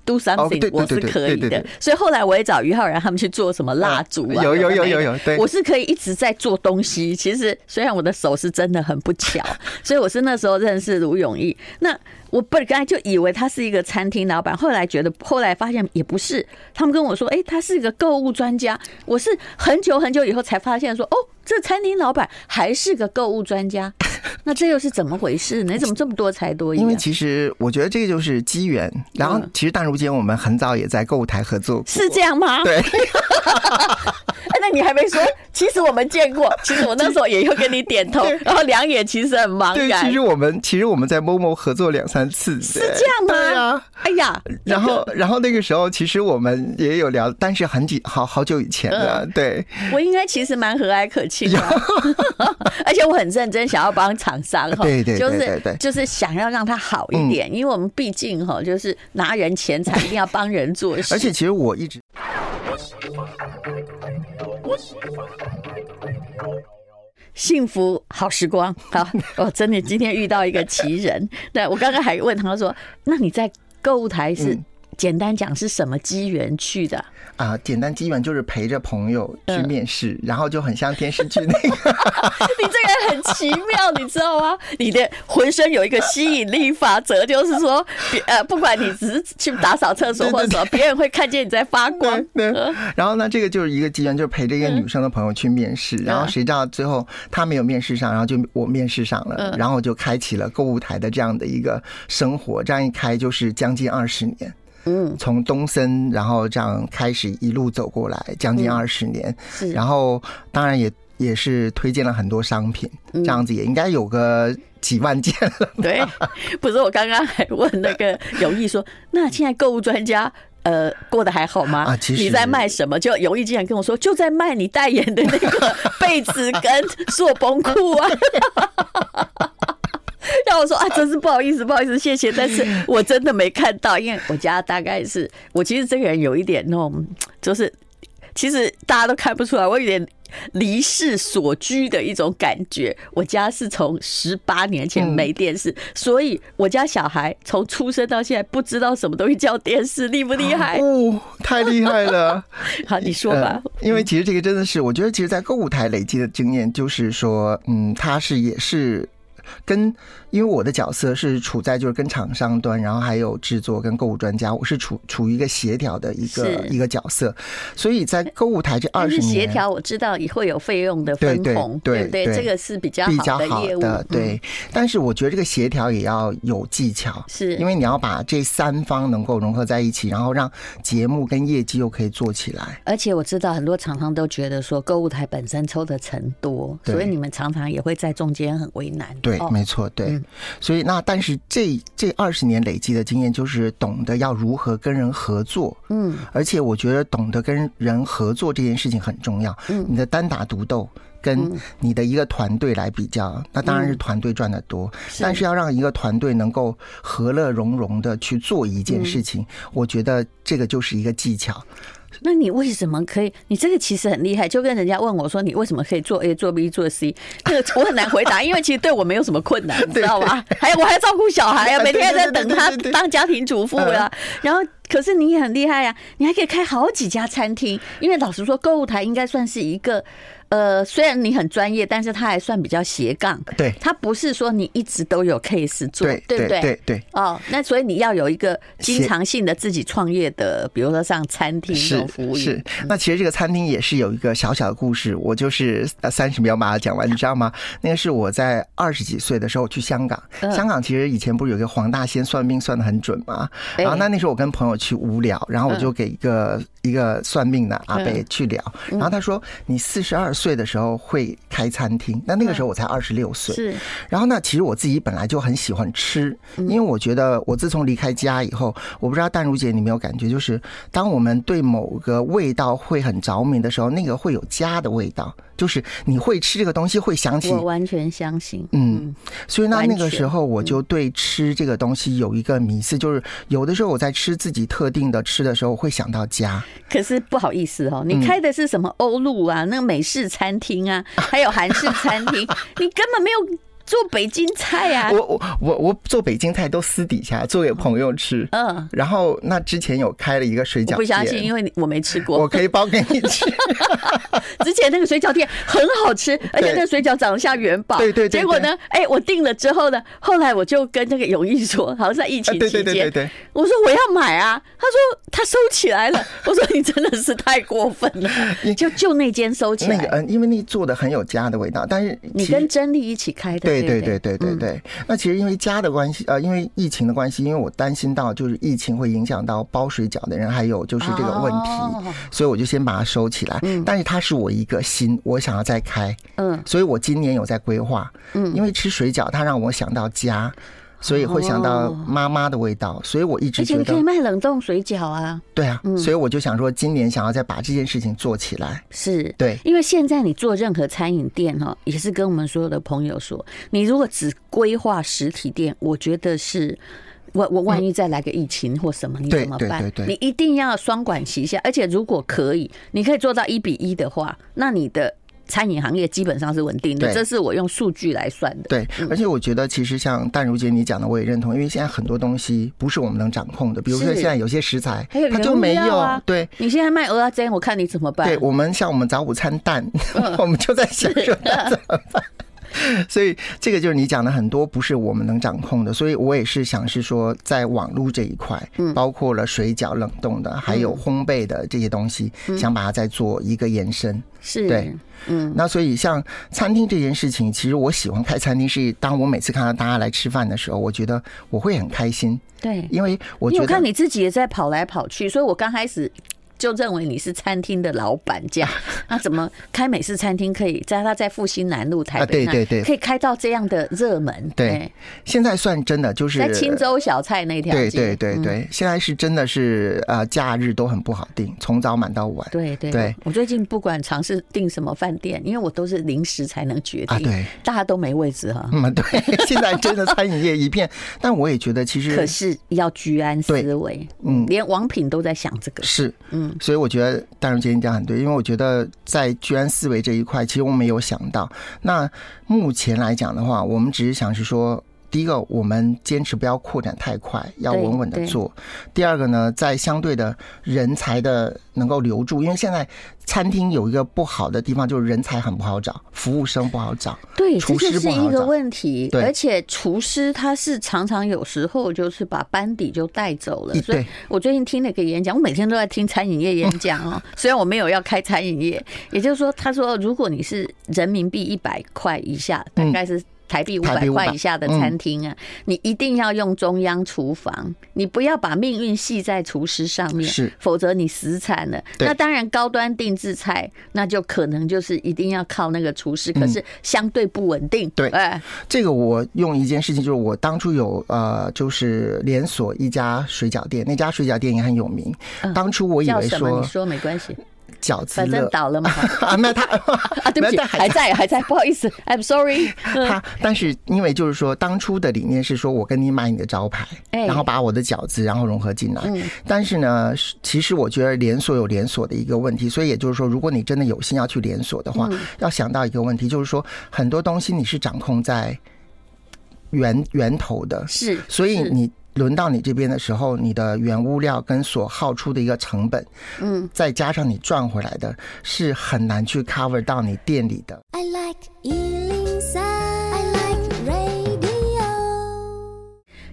[SPEAKER 1] Do
[SPEAKER 2] 对
[SPEAKER 1] something，、
[SPEAKER 2] 哦对对
[SPEAKER 1] 我是
[SPEAKER 2] 对对
[SPEAKER 1] 可以
[SPEAKER 2] 对对
[SPEAKER 1] 的
[SPEAKER 2] 对，
[SPEAKER 1] 所以后来我也找于浩然他们去做什么蜡烛啊，
[SPEAKER 2] 嗯有有
[SPEAKER 1] 什么
[SPEAKER 2] 有有
[SPEAKER 1] 没的
[SPEAKER 2] 有对
[SPEAKER 1] 我是可以一直在做东西。其实虽然我的手是真的很不 巧，所以我是那时候认识卢永义。那我本来就以为他是一个餐厅老板，后来觉得，后来发现也不是。他们跟我说，哎、他是一个购物专家。 我是很久很久以后才发现说，哦，这餐厅老板还是个购物专家。那这又是怎么回事呢？你怎么这么多才多艺、啊？
[SPEAKER 2] 因为其实我觉得这个就是机缘。然后
[SPEAKER 1] 嗯
[SPEAKER 2] 其实淡如姐我们很早也在购物台合作过，
[SPEAKER 1] 是这样吗？
[SPEAKER 2] 对，
[SPEAKER 1] 哎那你还没说，其实我们见过，其实我那时候也有跟你点 头，然后两眼其实很茫
[SPEAKER 2] 对，
[SPEAKER 1] 然
[SPEAKER 2] 其。实我们其实我们在某某合作两三次，
[SPEAKER 1] 是这样吗？
[SPEAKER 2] 对啊。
[SPEAKER 1] 哎呀，
[SPEAKER 2] 然后，然后那个时候其实我们也有聊，但是很几好好久以前了，
[SPEAKER 1] 嗯
[SPEAKER 2] 对，
[SPEAKER 1] 我应该其实蛮和蔼可亲的， 而且我很认真想要帮厂商哈，
[SPEAKER 2] 对对对
[SPEAKER 1] 就是
[SPEAKER 2] 对嗯对
[SPEAKER 1] 就是想要让他好一点，因为我们毕竟哈就是拿人钱财，一定要帮人做事，
[SPEAKER 2] 而且其实我一直。
[SPEAKER 1] 幸福好时 光。好，我真的今天遇到一个奇人， 对我刚刚还问他说，那你在购物台
[SPEAKER 2] 嗯
[SPEAKER 1] 是？简单讲是什么机缘去的？
[SPEAKER 2] 啊、简单机缘就是陪着朋友去面试，
[SPEAKER 1] 嗯
[SPEAKER 2] 然后就很像电视剧那个
[SPEAKER 1] 你这个人很奇妙，你知道吗？你的浑身有一个吸引力法则，就是说，别呃，不管你只是去打扫厕所或者什么，别人会看见你在发光。
[SPEAKER 2] 对。 然后呢，这个就是一个机缘，就是陪着一个女生的朋友去面试，
[SPEAKER 1] 嗯
[SPEAKER 2] 然后谁知道最后她没有面试上，然后就我面试上了，
[SPEAKER 1] 嗯
[SPEAKER 2] 然后我就开启了购物台的这样的一个生活，这样一开就是将近二十年。
[SPEAKER 1] 嗯，
[SPEAKER 2] 从东森，然后这样开始一路走过来，将近二十年，
[SPEAKER 1] 嗯是
[SPEAKER 2] 然后当然也也是推荐了很多商品，
[SPEAKER 1] 嗯
[SPEAKER 2] 这样子也应该有个几万件了。
[SPEAKER 1] 对，不是我刚刚还问那
[SPEAKER 2] 哎
[SPEAKER 1] 个友谊说，那现在购物专家。呃，过得还好吗？
[SPEAKER 2] 啊其实
[SPEAKER 1] 你在卖什么？就友谊竟然跟我说，就在卖你代言的那 个被子跟塑绷裤啊。 让我说啊，真是不好意思，不好意思，谢谢，但是我真的没看到，因为我家大概是我其实这个人有一点那种，就是其实大家都看不出来，我有点离世所居的一种感觉。我家是从十八年
[SPEAKER 2] 嗯
[SPEAKER 1] 前没电视，所以我家小孩从出生到现在不知道什么东西叫电视，厉不厉害？
[SPEAKER 2] 哦，太厉害了！
[SPEAKER 1] 好，你 说吧。
[SPEAKER 2] 呃因为其实这个真的是，我觉得其实，在购物台累积的经验，就是说，嗯，它是也是。跟，因为我的角色是处在就是跟厂商端，然后还有制作跟购物专家，我是处处于一个协调的一个
[SPEAKER 1] 是
[SPEAKER 2] 一个角色，所以在购物台这二
[SPEAKER 1] 但是
[SPEAKER 2] 十年
[SPEAKER 1] 协调，我知道也会有费用的分
[SPEAKER 2] 对对
[SPEAKER 1] 红，
[SPEAKER 2] 对
[SPEAKER 1] 不对？
[SPEAKER 2] 对
[SPEAKER 1] 这个是比较
[SPEAKER 2] 比
[SPEAKER 1] 好
[SPEAKER 2] 较
[SPEAKER 1] 的
[SPEAKER 2] 好
[SPEAKER 1] 业务，
[SPEAKER 2] 的，对。
[SPEAKER 1] 嗯
[SPEAKER 2] 但是我觉得这个协调也要有技巧，
[SPEAKER 1] 是
[SPEAKER 2] 因为你要把这三方能够融合在一起，然后让节目跟业绩又可以做起来。
[SPEAKER 1] 而且我知道很多厂商都觉得说购物台本身抽的成多，
[SPEAKER 2] 对
[SPEAKER 1] 所以你们常常也会在中间很为难。
[SPEAKER 2] 对，
[SPEAKER 1] 哦
[SPEAKER 2] 没错，对。
[SPEAKER 1] 嗯
[SPEAKER 2] 所以那但是这这二十年累积的经验，就是懂得要如何跟人合作，
[SPEAKER 1] 嗯，
[SPEAKER 2] 而且我觉得懂得跟人合作这件事情很重要。
[SPEAKER 1] 嗯
[SPEAKER 2] 你的单打独斗跟你的一个团队来比较，那当然是团队赚得多。但是要让一个团队能够和乐融融的去做一件事情，我觉得这个就是一个技巧。
[SPEAKER 1] 那你为什么可以？你这个其实很厉害，就跟人家问我说你为什么可以做 A 做 B 做 C，这个我很难回答，因为其实对我没有什么困难，你知道吗？还有我还要照顾小孩啊，
[SPEAKER 2] 对
[SPEAKER 1] 每天还在等他
[SPEAKER 2] 对对对对对
[SPEAKER 1] 当家庭主妇呀、然后，可是你也很厉害呀、你还可以开好几家餐厅，因为老实说，购物台应该算是一个。呃，虽然你很专业，但是它还算比较斜杠。
[SPEAKER 2] 对
[SPEAKER 1] 它不是说你一直都有 case 做，
[SPEAKER 2] 对
[SPEAKER 1] 不
[SPEAKER 2] 对对对，
[SPEAKER 1] 哦，那所以你要有一个经
[SPEAKER 2] 斜
[SPEAKER 1] 常性的自己创业的，比如说像餐厅这
[SPEAKER 2] 是
[SPEAKER 1] 种服务业嗯
[SPEAKER 2] 是。那其实这个餐厅也是有一个小小的故事，我就是呃三十秒把它讲完，你知道吗？那个是我在二十几岁的时候去香港，
[SPEAKER 1] 嗯
[SPEAKER 2] 香港其实以前不是有一个黄大仙算命算的很准吗？
[SPEAKER 1] 哎嗯
[SPEAKER 2] 然后那那时候我跟朋友去无聊，然后我就给一个一个算命的阿伯去聊，
[SPEAKER 1] 嗯
[SPEAKER 2] 然后他说你四十二岁的时候会开餐厅，那那个时候我才二十六
[SPEAKER 1] 嗯
[SPEAKER 2] 岁，
[SPEAKER 1] 是
[SPEAKER 2] 然后呢，其实我自己本来就很喜欢吃，
[SPEAKER 1] 嗯
[SPEAKER 2] 因为我觉得我自从离开家以后，我不知道淡如姐你有没有感觉，就是当我们对某个味道会很着迷的时候，那个会有家的味道，就是你会吃这个东西，会想起
[SPEAKER 1] 我完全相信。
[SPEAKER 2] 嗯，所以呢，
[SPEAKER 1] 完
[SPEAKER 2] 那个
[SPEAKER 1] 全嗯
[SPEAKER 2] 时候我就对吃这个东西有一个迷思，就是有的时候我在吃自己特定的吃的时候，我会想到家。
[SPEAKER 1] 可是不好意思哦，
[SPEAKER 2] 嗯
[SPEAKER 1] 你开的是什么欧陆啊，那个美式餐厅 啊，还有韩式餐厅，你根本没有做北京菜啊。
[SPEAKER 2] 我我我我做北京菜都私底下做给朋友吃，
[SPEAKER 1] 嗯，
[SPEAKER 2] 然后那之前有开了一个水饺
[SPEAKER 1] 我
[SPEAKER 2] 店，
[SPEAKER 1] 不相信，因为你我没吃
[SPEAKER 2] 我
[SPEAKER 1] 过。
[SPEAKER 2] 可以包给你吃。
[SPEAKER 1] 之前那个水饺店很好吃，而且那个水饺长得像元宝。
[SPEAKER 2] 对对对对
[SPEAKER 1] 结果呢，哎，我订了之后呢，后来我就跟那个友谊说，好像是在疫情
[SPEAKER 2] 啊
[SPEAKER 1] 期间，
[SPEAKER 2] 对对对对对
[SPEAKER 1] 我说我要买啊，他说他收起来了。我说你真的是太过分 了，就就那间收起来。
[SPEAKER 2] 那个嗯，因为那做的很有家的味道，但是
[SPEAKER 1] 你
[SPEAKER 2] 其实
[SPEAKER 1] 跟真丽一起开的，
[SPEAKER 2] 对对
[SPEAKER 1] 对
[SPEAKER 2] 对对对对
[SPEAKER 1] 嗯
[SPEAKER 2] 对。那其实因为家的关系，呃，因为疫情的关系，因为我担心到就是疫情会影响到包水饺的人，还有就是这个问题，
[SPEAKER 1] 哦
[SPEAKER 2] 所以我就先把它收起来。
[SPEAKER 1] 嗯
[SPEAKER 2] 但是它是我一个心，我想要再开，
[SPEAKER 1] 嗯
[SPEAKER 2] 所以我今年有在规划。
[SPEAKER 1] 嗯
[SPEAKER 2] 因为吃水饺，它让我想到家，所以会想到
[SPEAKER 1] 哦
[SPEAKER 2] 妈妈的味道，所以我一直
[SPEAKER 1] 而且
[SPEAKER 2] 觉
[SPEAKER 1] 你可以
[SPEAKER 2] 得
[SPEAKER 1] 卖冷冻水饺啊，
[SPEAKER 2] 对啊，所以我就想说，今年想要再把这件事情做起来。
[SPEAKER 1] 是。
[SPEAKER 2] 对，
[SPEAKER 1] 因为现在你做任何餐饮店哈，也是跟我们所有的朋友说，你如果只规划实体店，我觉得是，我我万一再来个疫情或什么，你
[SPEAKER 2] 对
[SPEAKER 1] 怎么
[SPEAKER 2] 对
[SPEAKER 1] 办？
[SPEAKER 2] 对对
[SPEAKER 1] 你一定要双管齐下，而且如果可以，你可以做到一比一的话，那你的餐饮行业基本上是稳定的，
[SPEAKER 2] 对
[SPEAKER 1] 这是我用数据来算的。
[SPEAKER 2] 对，而且我觉得其实像淡如姐你讲的，我也认同，因为现在很多东西不是我们能掌控的，比如说
[SPEAKER 1] 是
[SPEAKER 2] 现在有些食材
[SPEAKER 1] 还有
[SPEAKER 2] 它就
[SPEAKER 1] 原
[SPEAKER 2] 没
[SPEAKER 1] 料
[SPEAKER 2] 有
[SPEAKER 1] 啊，
[SPEAKER 2] 对。
[SPEAKER 1] 你现在卖鹅啊煎，我看你怎么办？
[SPEAKER 2] 对我们像我们早午餐蛋，
[SPEAKER 1] 嗯
[SPEAKER 2] 我们就在想说那怎么办。所以这个就是你讲的很多不是我们能掌控的，所以我也是想是说，在网络这一块，
[SPEAKER 1] 嗯
[SPEAKER 2] 包括了水饺冷冻的，还有烘焙的这些东西，
[SPEAKER 1] 嗯
[SPEAKER 2] 想把它再做一个延伸。
[SPEAKER 1] 是，
[SPEAKER 2] 对
[SPEAKER 1] 嗯，
[SPEAKER 2] 那所以像餐厅这件事情，其实我喜欢开餐厅，是当我每次看到大家来吃饭的时候，我觉得我会很开心，
[SPEAKER 1] 对。
[SPEAKER 2] 因为我
[SPEAKER 1] 因为
[SPEAKER 2] 觉
[SPEAKER 1] 我看
[SPEAKER 2] 得。
[SPEAKER 1] 嗯你自己也在跑来跑去，所以我刚开始就认为你是餐厅的老板这 样。那怎么开美式餐厅可以在他在复兴南路台
[SPEAKER 2] 啊
[SPEAKER 1] 北
[SPEAKER 2] 对
[SPEAKER 1] 那、
[SPEAKER 2] 对对
[SPEAKER 1] 可以开到这样的热门？
[SPEAKER 2] 对
[SPEAKER 1] 哎
[SPEAKER 2] 现在算真的就是
[SPEAKER 1] 在青州小菜那条
[SPEAKER 2] 对
[SPEAKER 1] 街
[SPEAKER 2] 对对
[SPEAKER 1] 嗯
[SPEAKER 2] 对，现在是真的是呃，假日都很不好定，从早满到晚。
[SPEAKER 1] 对对
[SPEAKER 2] 对
[SPEAKER 1] 我最近不管尝试订什么饭店，因为我都是临时才能决定，
[SPEAKER 2] 啊对，
[SPEAKER 1] 大家都没位置哈。
[SPEAKER 2] 嗯，对， 现在真的餐饮业一片，但我也觉得其
[SPEAKER 1] 可
[SPEAKER 2] 实
[SPEAKER 1] 是要居安思
[SPEAKER 2] 嗯对
[SPEAKER 1] 危，
[SPEAKER 2] 嗯
[SPEAKER 1] 连王品都在想这个，
[SPEAKER 2] 是，
[SPEAKER 1] 嗯，
[SPEAKER 2] 所以我觉得大荣姐你讲很对，因为我觉得在居安思危这一块，其实我们有想到。那目前来讲的话，我们只是想是说。第一个，我们坚持不要扩展太快，要
[SPEAKER 1] 对
[SPEAKER 2] 稳稳的
[SPEAKER 1] 对
[SPEAKER 2] 做。第二个呢，在相对的人才的能够留住，因为现在餐厅有一个不好的地方，就是人才很不好找，服务生不好找。
[SPEAKER 1] 对，这
[SPEAKER 2] 厨
[SPEAKER 1] 就
[SPEAKER 2] 师
[SPEAKER 1] 是
[SPEAKER 2] 不好
[SPEAKER 1] 一个
[SPEAKER 2] 找
[SPEAKER 1] 问题，
[SPEAKER 2] 对
[SPEAKER 1] 而且厨师他是常常有时候就是把班底就带走了，
[SPEAKER 2] 一
[SPEAKER 1] 所以
[SPEAKER 2] 对
[SPEAKER 1] 我最近听了一个演讲，我每天都在听餐饮业 演讲哦，虽然我没有要开餐饮业，也就是说，他说如果你是人民币一百块以下，大
[SPEAKER 2] 嗯
[SPEAKER 1] 概是。台币五
[SPEAKER 2] 台
[SPEAKER 1] 百
[SPEAKER 2] 币500嗯
[SPEAKER 1] 块以下的餐厅啊，你一定要用中央厨房，你不要把命运系在厨师上面，
[SPEAKER 2] 是
[SPEAKER 1] 否则你死惨了。
[SPEAKER 2] 对
[SPEAKER 1] 那当然，高端定制菜那就可能就是一定要靠那个厨师，可是相对不稳定。
[SPEAKER 2] 嗯对
[SPEAKER 1] 哎，
[SPEAKER 2] 这个我用一件事情，就是我当初有呃，就是连锁一家水饺店，那家水饺店也很有名。当初我以
[SPEAKER 1] 嗯叫
[SPEAKER 2] 为
[SPEAKER 1] 什么？你
[SPEAKER 2] 说
[SPEAKER 1] 说没关系，
[SPEAKER 2] 饺子
[SPEAKER 1] 反正
[SPEAKER 2] 乐
[SPEAKER 1] 倒了嘛。
[SPEAKER 2] 啊，没有他
[SPEAKER 1] 啊，对不起，嗯
[SPEAKER 2] 没有他
[SPEAKER 1] 还在，还在，不好意思，I'm sorry。
[SPEAKER 2] 他，但是因为就是说，当初的理念是说我跟你买你的招牌，
[SPEAKER 1] 哎嗯
[SPEAKER 2] 然后把我的饺子然后融合进来。但是呢，是其实我觉得连锁有连锁的一个问题，所以也就是说，如果你真的有心要去连锁的
[SPEAKER 1] 嗯
[SPEAKER 2] 话，要想到一个问题，就是说很多东西你是掌控在源源头的，
[SPEAKER 1] 是，
[SPEAKER 2] 所以
[SPEAKER 1] 是
[SPEAKER 2] 你轮到你这边的时候，你的原物料跟所耗出的一个成本，
[SPEAKER 1] 嗯，
[SPEAKER 2] 再加上你赚回来的，是很难去 cover 到你店里的。
[SPEAKER 3] I like Ealing Sound. I like radio.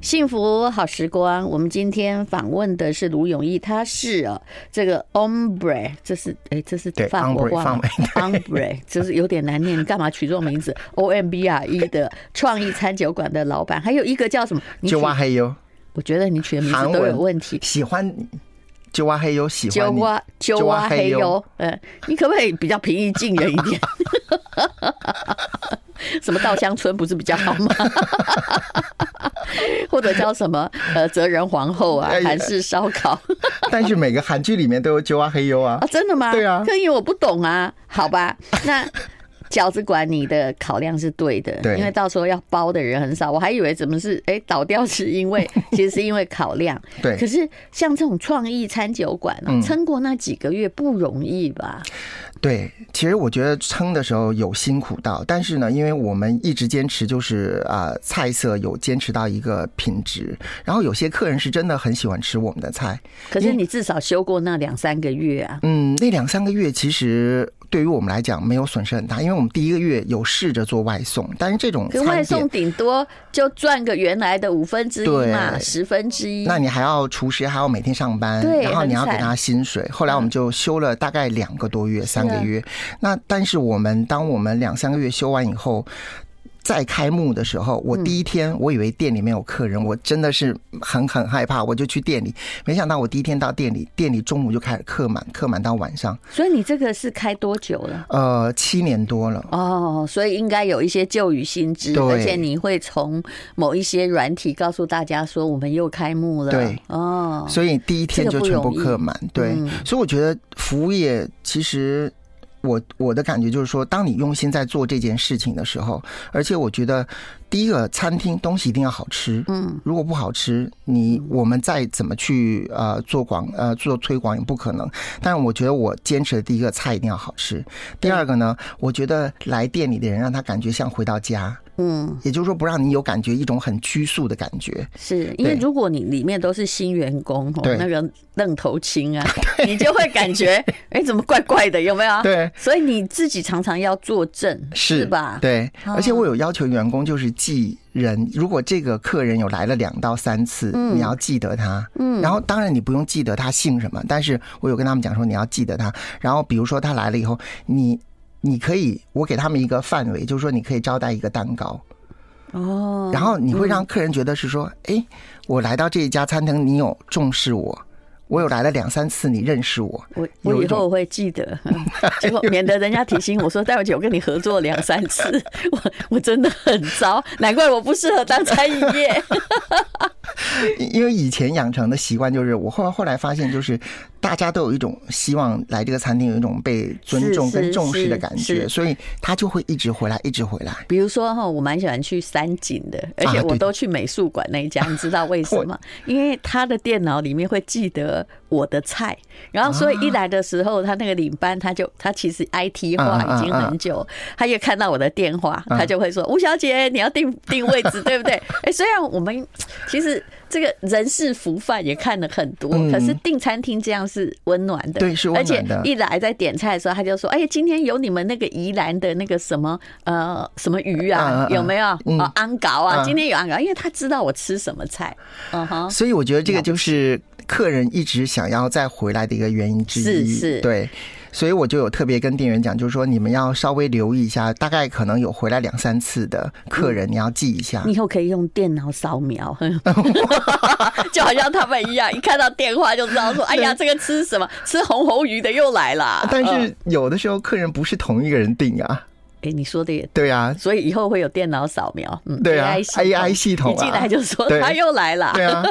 [SPEAKER 1] 幸福好时光。我们今天访问的是卢永义，他是哦，这个 ombre，这是哎，这是
[SPEAKER 2] 对
[SPEAKER 1] 法国
[SPEAKER 2] ombre，
[SPEAKER 1] 话
[SPEAKER 2] 法
[SPEAKER 1] 吗
[SPEAKER 2] 文
[SPEAKER 1] ombre，就是有点难念，你干嘛取这种名字？O M B R E 的创意餐酒馆的老板，还有一个叫什么？你取
[SPEAKER 2] 就挖黑哟，
[SPEAKER 1] 我觉得你取的名字
[SPEAKER 2] 韩
[SPEAKER 1] 都有
[SPEAKER 2] 文
[SPEAKER 1] 问题。
[SPEAKER 2] 喜欢你，就挖黑哟，喜
[SPEAKER 1] 揪
[SPEAKER 2] 欢你。
[SPEAKER 1] 啊揪啊
[SPEAKER 2] 啊
[SPEAKER 1] 黑
[SPEAKER 2] 黑
[SPEAKER 1] 哟
[SPEAKER 2] 哟，
[SPEAKER 1] 呃，你可不可以比较平易近人一点？ 什么稻香村不是比较好吗？ 或者叫什么呃哲仁皇后啊
[SPEAKER 2] 哎，呀
[SPEAKER 1] 韩式烧烤
[SPEAKER 2] 但是每个韩剧里面都有就挖黑哟啊
[SPEAKER 1] 啊，。真的吗？
[SPEAKER 2] 对啊
[SPEAKER 1] 可因为我不懂啊，好吧，那。饺子馆，你的考量是对的，
[SPEAKER 2] 对
[SPEAKER 1] 因为到时候要包的人很少，我还以为怎么是哎、倒掉是因 为其实是因为考量，
[SPEAKER 2] 对嗯
[SPEAKER 1] 可是像这种创意餐酒馆啊，撑过那几个月不容易吧？
[SPEAKER 2] 对，其实我觉得撑的时候有辛苦到，但是呢，因为我们一直坚持，就是啊、呃菜色有坚持到一个品质，然后有些客人是真的很喜欢吃我们的菜，
[SPEAKER 1] 可是你至少休过那两三个月啊，
[SPEAKER 2] 嗯，那两三个月其实对于我们来讲没有损失很大，因为我们第一个月有试着做外送，但是这种
[SPEAKER 1] 可是外
[SPEAKER 2] 餐
[SPEAKER 1] 送
[SPEAKER 2] 点，
[SPEAKER 1] 顶多就赚个原来的五分之一嘛，
[SPEAKER 2] 对
[SPEAKER 1] 十分之一。
[SPEAKER 2] 那你还要厨师还要每天上班
[SPEAKER 1] 对，
[SPEAKER 2] 然后
[SPEAKER 1] 很
[SPEAKER 2] 你要给
[SPEAKER 1] 惨嗯
[SPEAKER 2] 他薪水。后来我们就休了大概两个多月、三个月。那但是我们当我们两三个月休完以后。再开幕的时候，
[SPEAKER 1] 嗯
[SPEAKER 2] 我第一天我以为店里面有客人，我真的是很很害怕，我就去店里，没想到我第一天到店里，店里中午就开始客满，客满到晚上，
[SPEAKER 1] 所以你这个是开多久了？
[SPEAKER 2] 呃，七年多了。
[SPEAKER 1] 哦，所以应该有一些旧与新知，
[SPEAKER 2] 对
[SPEAKER 1] 而且你会从某一些软体告诉大家说我们又开幕了。
[SPEAKER 2] 对，
[SPEAKER 1] 哦，
[SPEAKER 2] 所以第一天就全部客满。
[SPEAKER 1] 这个
[SPEAKER 2] 对
[SPEAKER 1] 不容易嗯，
[SPEAKER 2] 所以我觉得服务业其实。我我的感觉就是说，当你用心在做这件事情的时候，而且我觉得，第一个，餐厅东西一定要好吃。
[SPEAKER 1] 嗯，
[SPEAKER 2] 如果不好吃，你我们再怎么去呃做广呃做推广也不可能。但我觉得我坚持的第一个菜一定要好吃，第二个呢，我觉得来店里的人让他感觉像回到家，
[SPEAKER 1] 嗯，
[SPEAKER 2] 也就是说不让你有感觉一种很拘束的感觉。
[SPEAKER 1] 是因为
[SPEAKER 2] 对
[SPEAKER 1] 如果你里面都是新员工，哦
[SPEAKER 2] 对
[SPEAKER 1] 那个愣头青 啊，你就会感觉哎、怎么怪怪的，有没有？，
[SPEAKER 2] 对，
[SPEAKER 1] 所以你自己常常要作证，
[SPEAKER 2] 是
[SPEAKER 1] 吧？，
[SPEAKER 2] 对，而且
[SPEAKER 1] 哦
[SPEAKER 2] 我有要求员工就是记人，如果这个客人有来了两到三次，你要记得他。嗯，然后当然你不用记得他姓什么，但是我有跟他们讲说你要记得他。然后比如说他来了以后，你你可以我给他们一个范围，就是说你可以招待一个蛋糕，
[SPEAKER 1] 哦，
[SPEAKER 2] 然后你会让客人觉得是说，哎、我来到这一家餐厅，你有重视我。我有来了两三次，你认识我，
[SPEAKER 1] 我我
[SPEAKER 2] 有一
[SPEAKER 1] 以后
[SPEAKER 2] 种
[SPEAKER 1] 我会记得， 嗯结果免得人家提醒我说戴伟姐，我跟你合作两三次，我我真的很糟，难怪我不适合当餐饮业。
[SPEAKER 2] 因因为以前养成的习惯就是，我后后来发现就是，大家都有一种希望来这个餐厅有一种被尊重
[SPEAKER 1] 是是
[SPEAKER 2] 跟重视的感
[SPEAKER 1] 是是
[SPEAKER 2] 觉，所以他就会一直回来，一直回来。
[SPEAKER 1] 比如说哈，我蛮喜欢去三井的，而且
[SPEAKER 2] 啊
[SPEAKER 1] 我
[SPEAKER 2] 对
[SPEAKER 1] 都去美术馆那一家，你知道为什 么？因为他的电脑里面会记得我的菜，然后所以一来的时候，他那个领班他就他其实 IT 化
[SPEAKER 2] 嗯嗯
[SPEAKER 1] 已经很久，他就看到我的电话，
[SPEAKER 2] 啊
[SPEAKER 1] 他就会说：“吴小姐，你要 定定位置，对不 对？”哎，虽然我们其实这个人事福范也看了很多，
[SPEAKER 2] 嗯
[SPEAKER 1] 可是订餐厅这样是温暖的，
[SPEAKER 2] 对是温暖的
[SPEAKER 1] 而且一来在点菜的时候，他就说：“哎，今天有你们那个宜兰的那个什么呃什么鱼啊
[SPEAKER 2] 嗯，嗯嗯
[SPEAKER 1] 有没有？
[SPEAKER 2] 嗯
[SPEAKER 1] 哦，安搞啊，
[SPEAKER 2] 嗯
[SPEAKER 1] 今天有安搞，因为他知道我吃什么菜。嗯哼，
[SPEAKER 2] 所以我觉得这个就是客人一直想要再回来的一个原因之一。
[SPEAKER 1] 是是
[SPEAKER 2] 对。所以我就有特别跟店员讲，就是说你们要稍微留意一下，大概可能有回来两三次的客人，你要记一下。
[SPEAKER 1] 嗯你以后可以用电脑扫 描， 就好像他们一样，一看到电话就知道说：“哎呀，这个吃什么？吃红喉鱼的又来啦。”
[SPEAKER 2] 但
[SPEAKER 1] 嗯
[SPEAKER 2] 是有的时候客人不是同一个人定啊，
[SPEAKER 1] 哎，你说的也
[SPEAKER 2] 对啊，
[SPEAKER 1] 所以以后会有电脑扫描，嗯，
[SPEAKER 2] 对啊
[SPEAKER 1] AI
[SPEAKER 2] AI 系统啊
[SPEAKER 1] 一进来就说
[SPEAKER 2] 对
[SPEAKER 1] 他又来了，
[SPEAKER 2] 对啊，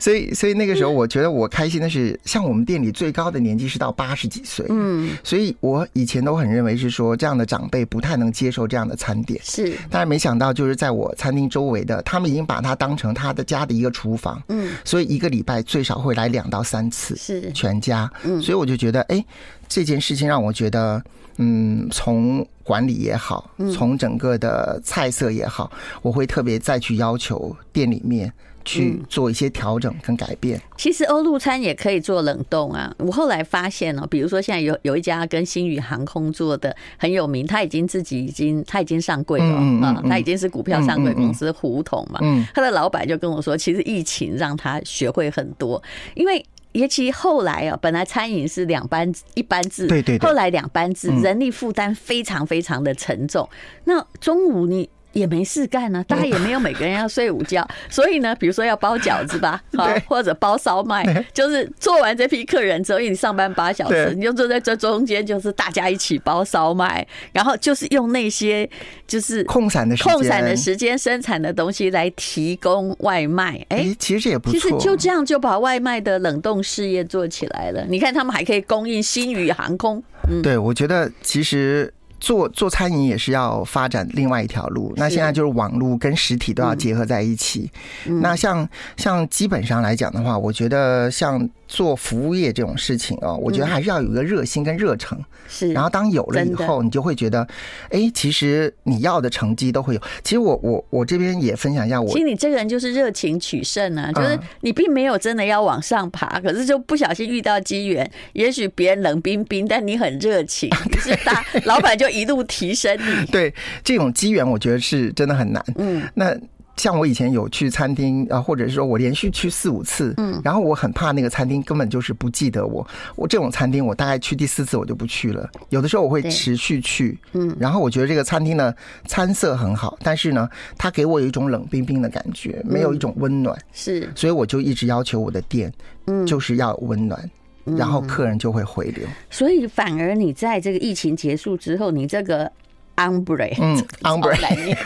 [SPEAKER 2] 所以所以那个时候，我觉得我开心的是，像我们店里最高的年纪是到八十几岁，
[SPEAKER 1] 嗯，
[SPEAKER 2] 所以我以前都很认为是说这样的长辈不太能接受这样的餐点，
[SPEAKER 1] 是，
[SPEAKER 2] 但是没想到就是在我餐厅周围的，他们已经把它当成他的家的一个厨房，
[SPEAKER 1] 嗯，
[SPEAKER 2] 所以一个礼拜最少会来两到三次，
[SPEAKER 1] 是，
[SPEAKER 2] 全家，
[SPEAKER 1] 嗯
[SPEAKER 2] 所以我就觉得，哎，这件事情让我觉得，嗯，从管理也好，
[SPEAKER 1] 嗯
[SPEAKER 2] 从整个的菜色也好，我会特别再去要求店里面
[SPEAKER 1] 嗯
[SPEAKER 2] 去做一些调整跟改变。
[SPEAKER 1] 其实欧陆餐也可以做冷冻啊。我后来发现哦、比如说现在有有一家跟星宇航空做的很有名，他已经自己已经他已经上柜了
[SPEAKER 2] 嗯嗯
[SPEAKER 1] 啊，
[SPEAKER 2] 嗯
[SPEAKER 1] 他已经是股票上柜
[SPEAKER 2] 嗯嗯嗯
[SPEAKER 1] 公司胡同嘛。
[SPEAKER 2] 嗯
[SPEAKER 1] 他的老板就跟我说，其实疫情让他学会很多，因为。尤其后来啊，本来餐饮是两班一班制，
[SPEAKER 2] 对对对
[SPEAKER 1] 后来两班制，
[SPEAKER 2] 嗯
[SPEAKER 1] 人力负担非常非常的沉重。那中午你也没事干啊
[SPEAKER 2] 嗯
[SPEAKER 1] 呢、大家也没有每个人要睡午 觉，所以呢，比如说要包饺子吧，好
[SPEAKER 2] 对，
[SPEAKER 1] 或者包烧麦，就是做完这批客人之后，因为你上班八小时，
[SPEAKER 2] 对
[SPEAKER 1] 你就坐在这中间，就是大家一起包烧麦，然后就是用那些就是
[SPEAKER 2] 空散的时间，
[SPEAKER 1] 空散的时间生产的东西来提供外卖，哎、
[SPEAKER 2] 哎，其实这也不
[SPEAKER 1] 其实
[SPEAKER 2] 错，
[SPEAKER 1] 就这样就把外卖的冷冻事业做起来了。你看，他们还可以供应新宇航空，
[SPEAKER 2] 对，我觉得其实做做餐饮也是要发展另外一条路。那现在就是网络跟实体都要结合在一起。
[SPEAKER 1] 嗯
[SPEAKER 2] 那像像基本上来讲的话，我觉得像做服务业这种事情哦，我觉得还是要有一个热心跟热诚。
[SPEAKER 1] 嗯是，
[SPEAKER 2] 然后当有了以
[SPEAKER 1] 真的
[SPEAKER 2] 后，你就会觉得，哎，其实你要的成绩都会有。其实我我我这边也分享一下我
[SPEAKER 1] 其实你这个人就是热情取胜啊，就是你并没有真的要往上爬，可是就不小心遇到机缘，也许别人冷冰冰，但你很热情， 于是大老板就一路提升你。
[SPEAKER 2] 对这种机缘，我觉得是真的很难。
[SPEAKER 1] 嗯，
[SPEAKER 2] 那像我以前有去餐厅啊，或者是说我连续去四五次，嗯，然后我很怕那个餐厅根本就是不记得我，我这种餐厅我大概去第四次我就不去了。有的时候我会
[SPEAKER 4] 对
[SPEAKER 2] 持续去，嗯，然后我觉得这个餐厅呢餐色很好，但是呢，它给我有一种冷冰冰的感觉，
[SPEAKER 4] 嗯
[SPEAKER 2] 没有一种温暖，
[SPEAKER 4] 是
[SPEAKER 2] 所以我就一直要求我的店，嗯，就是要温暖，
[SPEAKER 4] 嗯
[SPEAKER 2] 然后客人就会回流。
[SPEAKER 1] 所以反而你在这个疫情结束之后，你这个 ombre，
[SPEAKER 2] 嗯 u m b r
[SPEAKER 4] 好 难念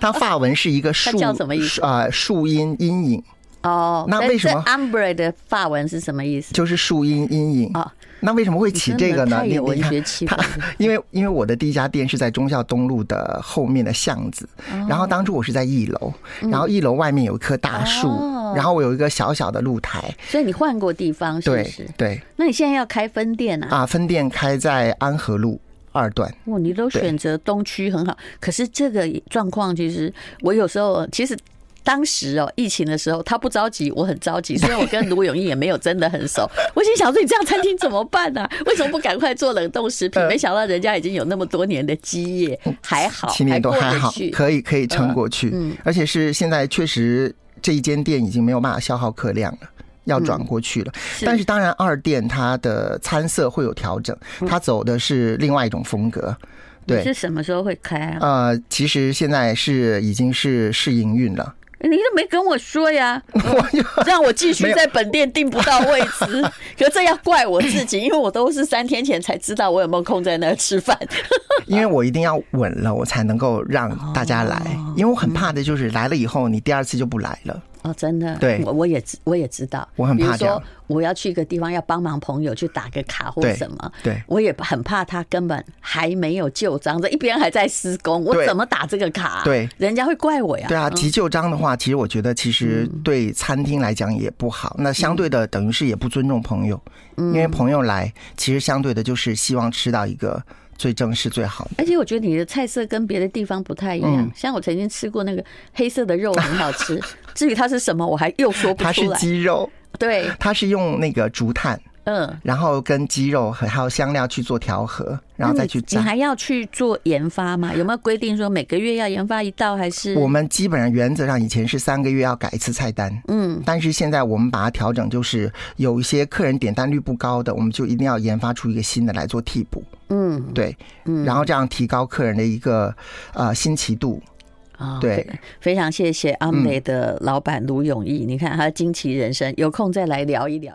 [SPEAKER 2] 它法文是一个树，
[SPEAKER 4] 叫什么意思
[SPEAKER 2] 树啊、树荫阴影
[SPEAKER 1] 哦，
[SPEAKER 2] 那为什么
[SPEAKER 1] ombre 的法文是什么意思？
[SPEAKER 2] 就是树荫阴影
[SPEAKER 1] 啊。
[SPEAKER 2] 那为什么会起这个呢？
[SPEAKER 4] 真的太
[SPEAKER 2] 你
[SPEAKER 4] 有文
[SPEAKER 2] 你看
[SPEAKER 4] 学气氛
[SPEAKER 2] 它
[SPEAKER 4] 了。
[SPEAKER 2] 因为因为我的第一家店是在忠孝东路的后面的巷子，然后当初我是在一楼，然后一楼外面有一棵大树，
[SPEAKER 1] 哦
[SPEAKER 2] 然后我有一个小小的露台，
[SPEAKER 1] 所以你换过地方是不
[SPEAKER 2] 对
[SPEAKER 1] 是？
[SPEAKER 2] 对
[SPEAKER 1] 那你现在要开分店啊？
[SPEAKER 2] 啊，分店开在安和路二段。
[SPEAKER 1] 哇，你都
[SPEAKER 2] 对
[SPEAKER 1] 选择东区很好，可是这个状况其实我有时候其实。当时哦，疫情的时候，他不着急，我很着 急。虽然我跟卢永义也没有真的很熟，我心想说你这样餐厅怎么办呢、 为什么不赶快做冷冻食
[SPEAKER 2] 呃
[SPEAKER 1] 品？没想到人家已经有那么多年的基业，哦还好，
[SPEAKER 2] 哦七年都
[SPEAKER 1] 过得
[SPEAKER 2] 还好
[SPEAKER 1] 去，
[SPEAKER 2] 可以可以撑过去，而且是现在确实这一间店已经没有办法消耗客量了。要转过去了，但是当然二店它的餐色会有调整，它走的是另外一种风格。
[SPEAKER 1] 嗯你
[SPEAKER 2] 对
[SPEAKER 1] 是，什么时候会开啊？
[SPEAKER 2] 呃，其实现在是已经是试营运了，
[SPEAKER 1] 你都没跟我说 呀，
[SPEAKER 2] 我就
[SPEAKER 4] 让我继续在本店订不到位 置，可这要怪我自己，因为我都是三天前才知道我有没有空在那儿吃饭。
[SPEAKER 2] 因为我一定要稳了，我才能够让大家来，因为我很怕的就是来了以后你第二次就不来了。
[SPEAKER 1] 哦，真的，
[SPEAKER 2] 对
[SPEAKER 1] 我我也知我也知道，
[SPEAKER 2] 我很怕
[SPEAKER 1] 比
[SPEAKER 2] 这
[SPEAKER 1] 如
[SPEAKER 2] 样
[SPEAKER 1] 说我要去一个地方要帮忙朋友去打个卡或
[SPEAKER 2] 对
[SPEAKER 1] 什么，
[SPEAKER 2] 对
[SPEAKER 1] 我也很怕他根本还没有旧章，这一边还在施工，我
[SPEAKER 2] 对
[SPEAKER 1] 怎么打这个卡、啊
[SPEAKER 2] 对，
[SPEAKER 1] 人家会怪我呀。
[SPEAKER 2] 对啊，急救章的话，其实我觉得其实
[SPEAKER 1] 嗯
[SPEAKER 2] 对餐厅来讲也不好。那相对的，等于是也不尊重朋友，
[SPEAKER 1] 嗯
[SPEAKER 2] 因为朋友来，其实相对的就是希望吃到一个最正式、最好的。
[SPEAKER 1] 而且我觉得你的菜色跟别的地方不太一样，
[SPEAKER 2] 嗯
[SPEAKER 1] 像我曾经吃过那个黑色的肉很好吃， 至于它是什么，我还又说不
[SPEAKER 2] 它是
[SPEAKER 1] 出来。
[SPEAKER 2] 鸡肉，
[SPEAKER 1] 对，
[SPEAKER 2] 它是用那个竹炭，
[SPEAKER 1] 嗯，
[SPEAKER 2] 然后跟鸡肉和还有香料去做调和，然后
[SPEAKER 1] 那
[SPEAKER 2] 再
[SPEAKER 1] 你嗯
[SPEAKER 2] 去
[SPEAKER 1] 你
[SPEAKER 2] 炸。
[SPEAKER 1] 还要去做研发吗？有没有规定说每个月要研发一道，还是
[SPEAKER 2] 我们基本上原则上以前是三个月要改一次菜单，嗯，但是现在我们把它调整，就是有一些客人点单率不高的，我们就一定要研发出一个新的来做替补，
[SPEAKER 1] 嗯
[SPEAKER 2] 对，然后这样提高客人的一个呃新奇度，
[SPEAKER 1] 啊
[SPEAKER 2] 对
[SPEAKER 1] 非常谢谢阿美的老板卢永义，你看他惊奇人生，有空再来聊一聊。